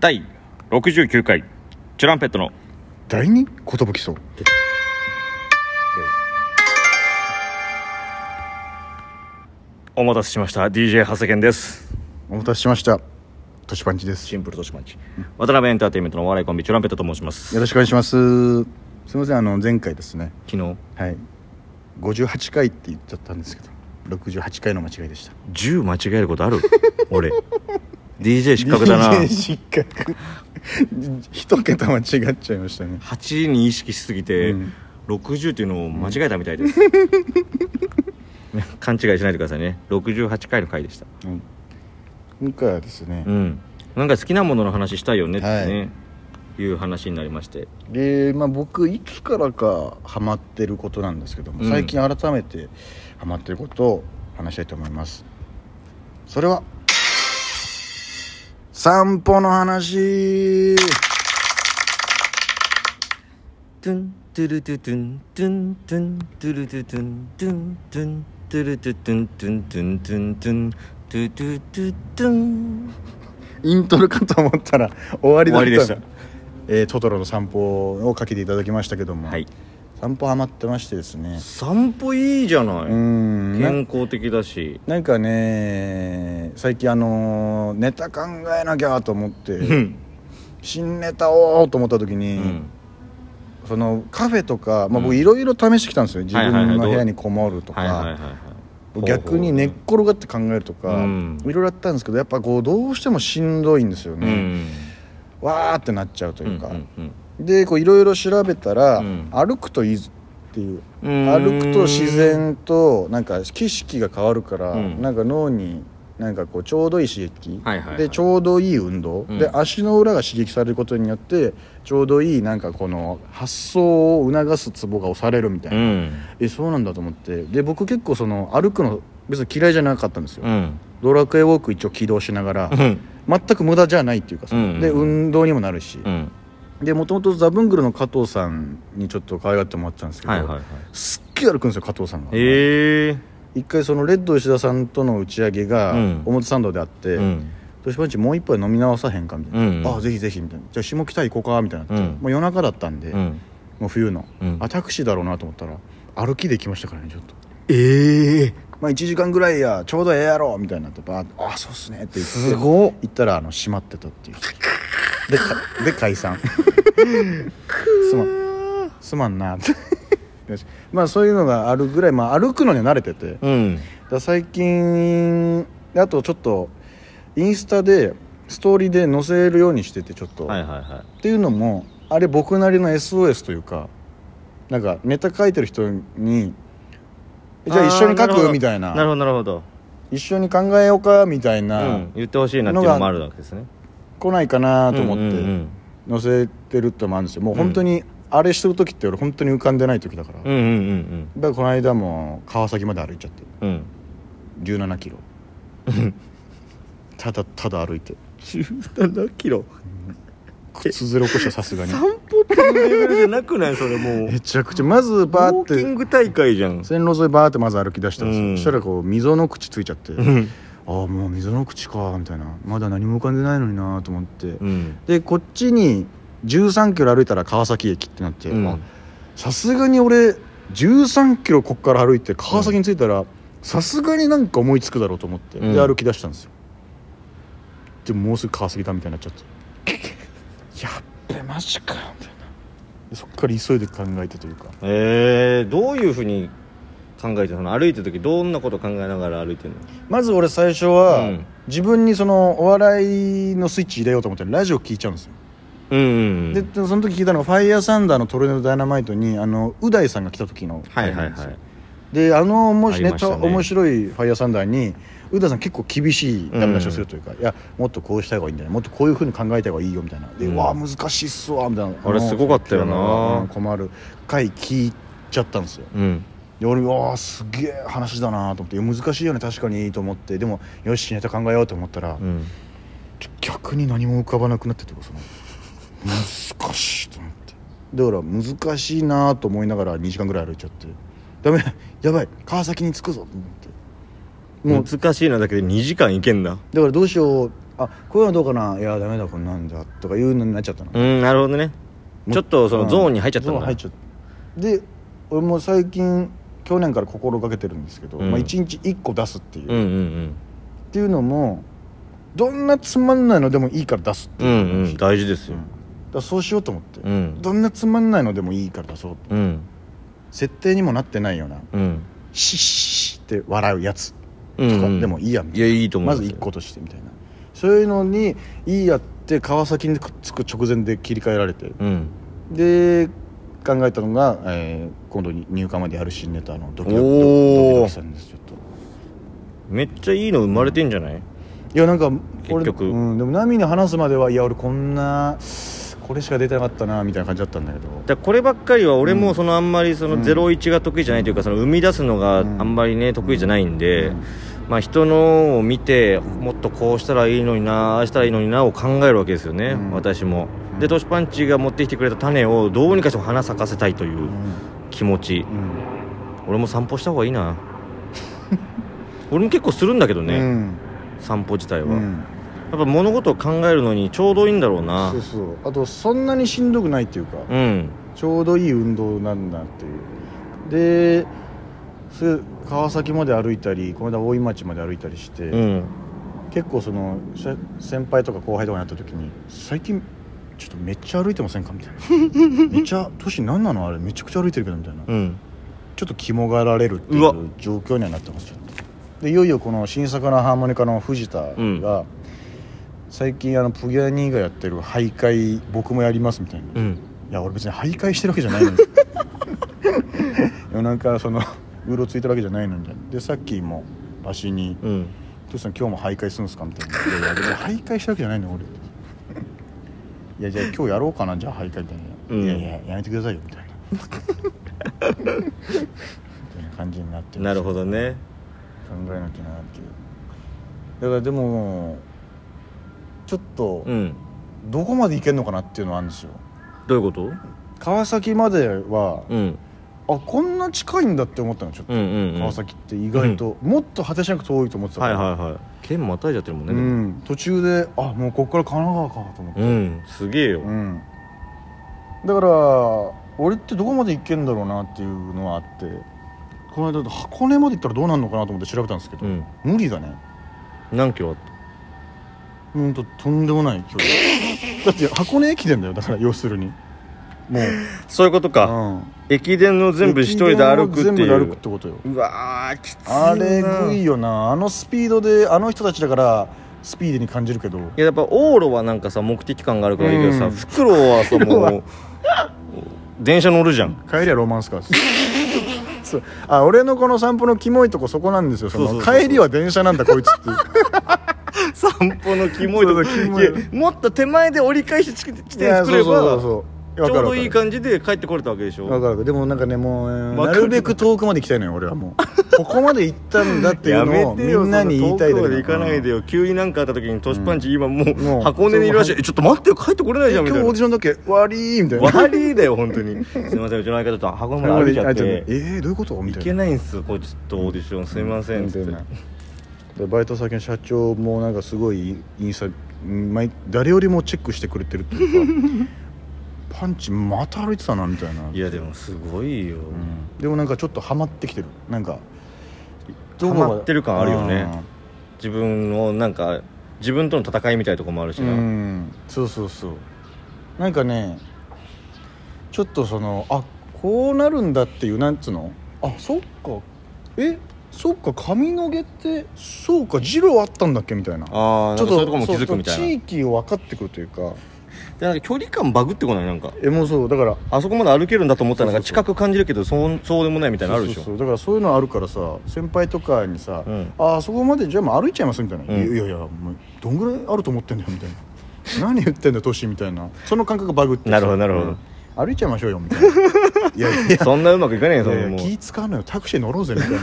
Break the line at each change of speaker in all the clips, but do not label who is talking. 第69回チュランペットの
第二ことぶきそう
お待たせしました DJ 長谷健です
お待たせしましたとしパンチです
シ
よ
ンプルとしまんち渡辺エンターテインメントのお笑いコンビチュランペットと申します
ろしくお願いしますすいませんあの前回ですね
昨日
はい58回って言っちゃったんですけど68回の間違いでした
10間違えること ある俺 DJ 失格だな
失格一桁間違っちゃいましたね
8に意識しすぎて、
うん
60っていうのを間違えたみたい です、勘違いしないでくださいね68回の回でした
うん今回はですね
うんなんか好きなものの話したいよねってね、、
はい
う話になりまして
でまあ僕いつからかハマってることなんですけども、
うん
最近改めてハマってることを話したいと思いますそれは散歩の話
トゥントゥルトゥトゥントゥントゥントゥルトゥトゥントゥントゥントゥルトゥトゥントゥントゥントゥントゥントゥトゥトゥトゥン
イントロかと思ったら終わりだっ
終わ
た
りでした
えートトロの散歩をかけていただきましたけども、
はい
散歩ハマってましてですね
散歩いいじゃな
う
い
んな
健康的だし
なんかね最近あのーネタ考えなきゃと思って、
うん
新ネタをと思った時に、そのカフェとか、まあ、
う
僕
ん
いろいろ試してきたんですよ、自
はいは
分
いは
の
い
部屋にこもると
はいはいはい
か
はい
逆に寝っ転がって考えるとか、
うん
いろいろやったんですけどやっぱこうどうしてもしんどいんですよ
う
ね、
ん
わーってなっちゃうというか、
んうん
でこういろいろ調べたら、
うん
歩くといいっていう
うん
歩くと自然となんか景色が変わるから、
うん
なんか脳になんかこうちょうどいい刺激、
はいはいはい
でちょうどいい運動、
うん
で足の裏が刺激されることによってちょうどいいなんかこの発想を促すツボが押されるみたいうな、
ん
えそうなんだと思ってで僕結構その歩くの別に嫌いじゃなかったんですよ、
うん
ドラクエウォーク一応起動しながら、
うん
全く無駄じゃないっていうかさ、
うんうん
で運動にもなるし、
うん
でもともとザブングルの加藤さんにちょっと可愛がってもらってたんですけど、
はいはいはい
すっげえ歩くんですよ加藤さんが。
へえ
一回そのレッド吉田さんとの打ち上げが
うん
表参道であって
うん
「豊島んちもう一杯飲み直さへんか」みたいな
うん
ああぜひぜひ」みたいな「じゃあ下北行こうか」みたいになって、
うん
もう夜中だったんで、
う
も
ん
う冬の、
うん
あタクシーだろうなと思ったら歩きで行きましたからねちょっと。
ええ
まあ1時間ぐらいやちょうどええやろみたいになってバーって「ああそうっすね」って言って
すごっ
行ったらあの閉まってたっていうでかで解散すまんすまんな ってよしまあそういうのがあるぐらい、まあ、歩くのには慣れてて、
うん
だから最近あとちょっとインスタでストーリーで載せるようにしててちょっと、
はいはいはい
っていうのもあれ僕なりの SOS というかなんかネタ書いてる人に「じゃあ一緒に書
ーるほ
く?」
ど
みたいな
なるほどなるほど、
一緒に考えようか」みたいうな、
ん、言ってほしいなっていうのもあるわけですね
来ないかなと思
うんう
って
ん
載せてるってのもあるんですよもう本当にあれしてる時って俺本当に浮かんでない時だから、
うんうんうん
だからこの間も川崎まで歩いちゃって
うんうん
1 7キロただただ歩いて
17キロ
靴ずれ起こしたさすがに
散歩っていうレベルじゃなくないそれ もう
めちゃくちゃまず
ウ
バー
ォ
っ
ーキン
て
グ大会じゃん
線路沿いバーってまず歩き出したんですよ、
うん
そしたらこう溝の口ついちゃって、
う
あ
ん
あもう溝の口かみたいなまだ何も浮かんでないのになと思って、
うん
でこっちに13キロ歩いたら川崎駅ってなって
うん
あさすがに俺13キロこっから歩いて川崎に着いたらさすがになんか思いつくだろうと思って、
うん
で歩き出したんですよでももうすぐ川崎だみたいになっちゃって やっべマジかよみたいなでそっから急いで考えてというか
えー、どういうふうに考えてるの歩いてる時どんなこと考えながら歩いてるの
まず俺最初は、
うん
自分にそのお笑いのスイッチ入れようと思ってラジオ聞いちゃうんですよ、
うんうん
でその時聞いたのが「ファイヤーサンダーのトルネードダイナマイトに」あのう大さんが来た時の
はいはい
あれなんで
は
すよ
い
であのもし
あり
ネ
ました
タ、
ね
面白い「ファイヤーサンダーにう大さん結構厳しいダメ出しをするというか、いやもっとこうした方がいいんだよもっとこういうふうに考えた方がいいよみたいなで、
うん
うわあ難しいっすわみたいな
あれすごかったよな
うん困る回聞いちゃったんですよ
うん
で俺わあすげえ話だなと思っていや難しいよね確かにと思ってでもよしネタ考えようと思ったら、
うん
ちょ逆に何も浮かばなくなってってことその難しいと思ってだから難しいなと思いながら2時間ぐらい歩いちゃってダメやばい川崎に着くぞと思ってもう
難しいなだけで2時間いけんだ
だからどうしようあこういうのどうかないやダメだこんなんじゃとかいうのになっちゃったの
うんなるほどねちょっとそのゾーンに入っちゃった
うんん
だ
ゾーン入っちゃったで俺も最近去年から心がけてるんですけど、
うん
まあ、1日1個出すっていう、
うん
っ
うん
ていうのもどんなつまんないのでもいいから出すって
うんう
いうん
うん大事です
うん
よ
だからそうしようと思って、
うん
どんなつまんないのでもいいから出そう
うん
設定にもなってないような
うん
シッシッって笑うやつ
う
と
ん
か
うん
でもいいやみた
い
いな、
やいいと思い
ま
ます
ず1
よ
個としてみたいなそういうのにいいやって川崎にくっつく直前で切り替えられて
うん
で考えたのが、えー今度に入荷までやる新ネタのドキドキ
お
ド
ー
キドキしたんですちょっと
めっちゃいいの生まれてんじゃない
いやなんか
結局
俺、うん、でも波に話すまではいや俺こんなこれしか出てなかったなみたいな感じだったんだけど
だからこればっかりは俺
う
も
ん
そのあんまりその
うん
01が得意じゃないというかその生み出すのがあ
うん
んまりね得意じゃないんで
うん
まあ人のを見てもっとこうしたらいいのになああしたらいいのになを考えるわけですよね
うん
私も
うん
でトシパンチが持ってきてくれた種をどうにかしても花咲かせたいといううん気持ち
うん
俺も散歩した方がいい な俺も結構するんだけどね、散歩自体
う
は、
んう
やっ
ん
ぱ物事を考えるのにちょうどいいんだろうな
そうそうあとそんなにしんどくないっていうか、
うん
ちょうどいい運動なんだっていうでそれ川崎まで歩いたりこの間大井町まで歩いたりして、
うん
結構そのせ先輩とか後輩とかに会った時に最近ちょっとめっちゃ歩いてませんかみた いなめっちゃ年何なのあれめちゃくちゃ歩いてるけどみたいな、
うん
ちょっと肝がられるっていう
わ
う状況にはなってますちょっとでいよいよこの新作のハーモニカの藤田が、
うん
最近あのプギャニーがやってる徘徊僕もやりますみたいな、
うん
いや俺別に徘徊してるわけじゃないのに 夜中そのうろついてるわけじゃないのにでさっきもわしに
うん
「トシさん今日も徘徊するんですか?」みたいな「いやいや別に徘徊してるわけじゃないのよ俺」 いやじゃあ今日やろうかなじゃあ徘徊みたいな「
うん
いやいややめてくださいよ」みたい なみたいな感じになって
なる
ほ
ほどね
ど考えなきゃなっていうだからでもちょっと
うん
どこまでいけるのかなっていうのはあるんですよ
どういうこと
川崎までは
うん
あこんな近いんだって思ったのちょっと、
うんうんうん
川崎って意外と、もっと果てしなく遠いと思ってたか
はい
ら、
はいはい剣またいじゃってるもんね
う
でも
ん、途中であもうこっから神奈川かと思って、
うんすげえよ
うんだから俺ってどこまで行けんだろうなっていうのはあってこの間箱根まで行ったらどうなるのかなと思って調べたんですけど、
うん
無理だね
何キロあっ
うんととんでもない距離 だって箱根駅伝だよだから要するにもう、
たそういうことか
うん、
駅伝の全部一人で歩くって
駅伝を全部で
い
歩くっ
う
てことよ
うわーきついな
あれグいよなあのスピードであの人たちだからスピーディーに感じるけど
いややっぱ往路はなんかさ目的感があるからいいけどさ、
うん
袋はさもう電車乗るじゃん
帰りはロマンスカーです そうあ俺のこの散歩のキモいとこそこなんですよその
そうそうそうそう
帰りは電車なんだこいつ っていう
散歩のキモいとこ
そうそうキモ
い
い
やもっと手前で折り返し地地
い
点
や
作れば
そう
ちょうどいい
分か
感
る
じで帰ってこれたわけでし
分
ょ
かるでもなんかねもうえー
わか
な
る
るべく遠くまで行きたいのよ俺はも うここまで行ったんだってい
や
う
め
のをみ
てよ
んなに言いたい
そ
だ
ん
け
な遠くまで行か
だ
ないでよ急になんかあった時にトシパンチ今も
も
う
う
箱根にいるらしい
そう
えちょっと待ってよ帰ってこれないじゃん
今
みたい
日オ
な
ーディションだっけ悪いみたいな
悪いだよ本当 にすいませんうちの相方ちょっと箱根まで歩いちゃっ
あ
て
えー、どういうことみ
行
たい
けな
な
いんすこれちょっとオーディションすいませんっつって
でバイト先の社長もなんかすごいインスタ毎誰よりもチェックしてくれてるっていう かパンチまた歩いてたなみたいない
やでもすごいよ
うんでもなんかちょっとハマってきてるなんか
ハマってる感あるよね
うん
自分のなんか自分との戦いみたいなとこもあるし
う
な、
んそうそうそうなんかねちょっとそのあこうなるんだっていうなんつうのあそっかえそっか髪の毛ってそうかジローあったんだっけみたいな
ああ
ちょっと
そういうとこも気づくみた
そうそう
い
地
な
域を分かってくるというか
でなんか距離感バグってこないなんか
えもうそうだから
あそこまで歩けるんだと思ったらなんか
そうそ
近く感じるけどそうそうでもないみたいなのあるでしょ
そうそうそうだからそういうのあるからさ先輩とかにさ「
うん
ああそこまでじゃあもう歩いちゃいます」みたいな「
ん
いやいやいやもうどんぐらいあると思ってんだよ」みたいな「 何言ってんだよ年」みたいなその感覚バグってさ
なるほどなるほど
うん歩いちゃいましょうよみ たいな「いやいやいや
そんなうまくいかねえよそ
い
れ
やいや
もう
気使わないよタクシー乗ろうぜ」みたいな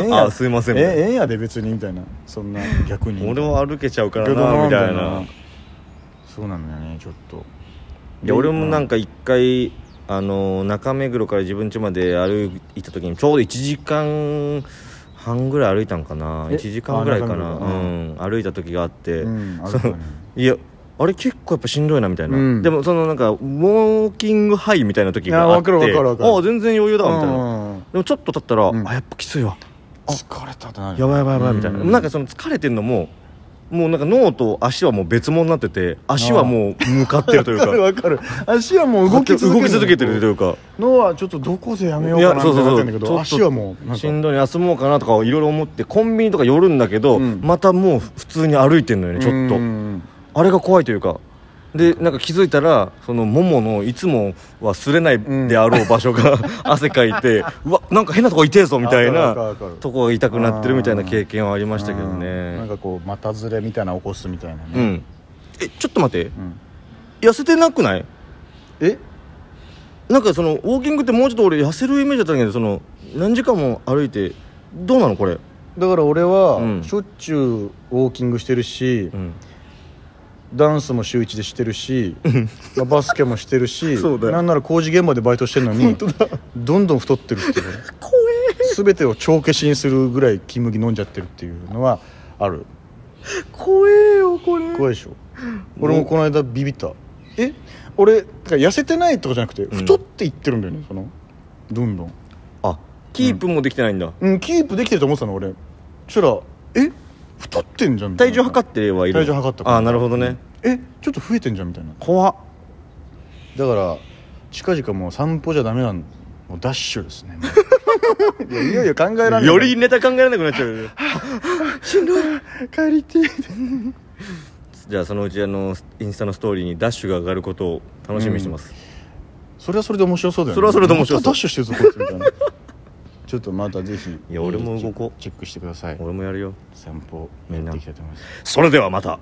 ええや
あーすいません
ええええやで別にみたいなそんな逆に
俺は歩けちゃうから
逆だ
なみたいな
そうなんだよねちょっと
いや俺もなん
か
か一回あの中目黒から自分家まで歩いた時にちょうど1時間半ぐらい歩いたんかな
え
1時間ぐらいかな
あ長い
うん歩いた時があって、
うんあ
そ
る
う
かね
いやあれ結構やっぱしんどいなみたいな、
うん
でもそのなんかウォーキングハイみたいな時が
いや
あっ
わ
て
かるわかるわかる
ああ全然余裕だわみたいな、
うん
でもちょっと経ったら、
うん
あやっぱきついわ
疲れたってなる
やばいやばいやばいみたいな、
うん
なんかその疲れてるのももうなんか脳と足はもう別物になってて足はもう向かってるというか
わか るわかる足はもう動き続けてる
動き続けてるというか
のはちょっとどこでやめようかなってなってんだけ
いやそうそう
ど
そう
足はもうなん
し
か
んどい休もうかなとかいろいろ思ってコンビニとか寄るんだけど、
うん
またもう普通に歩いてんのよねちょっと、
うん
あれが怖いというかでなんか気づいたらそのもものいつもは擦れないであろう場所が、 汗かいてうわなんか変なとこ痛えぞみたい
わかるわ
な
かるわかる
とこが痛くなってるみたいな経験はありましたけど
うんなん
ね
かこう股ずれみたいなの起こすみたいな
う
ね
んえちょっと待って
うん
痩せてなくない
え
なんかそのウォーキングってもうちょっと俺痩せるイメージだったんだけどその何時間も歩いてどうなのこれ
だから俺
う
は
ん
しょっちゅうウォーキングしてるし
うん
ダンスも週一でしてるし、まあ、バスケもしてる し
そうだよ
なんなら工事現場でバイトしてるのにどんどん太ってるっていうね
怖
全てを帳消しにするぐらい金麦飲んじゃってるっていうのはある
怖えよこれ
怖いでしょ俺もこの間ビビったえ俺だから痩せてないとかじゃなくて
ん
太っていってるんだよねそのどんどん、
あキープもできてないんだ、
うん、キープできてると思ってたの俺そしたらえ太ってんじゃんみたい
体
な
重測ってはいる
体重測った
あなるほどね、
えちょっと増えてんじゃんみたいな
怖っ
だから近々もう散歩じゃダメなんもうダッシュですねも ういやいよいよ考えられない
よりネタ考えられなくなっちゃうしんどい
帰りてえ
じゃあそのうちあのインスタのストーリーにダッシュが上がることを楽しみにしてます、
それはそれで面白そうだよね
それはそれで面白そう
またダッシュしてるぞこいつみたい なちょっとまたぜひ
いや俺も動こう
チェックチェックしてください
俺もやるよ
散歩
みんな
やっていきたいと思います
それではまた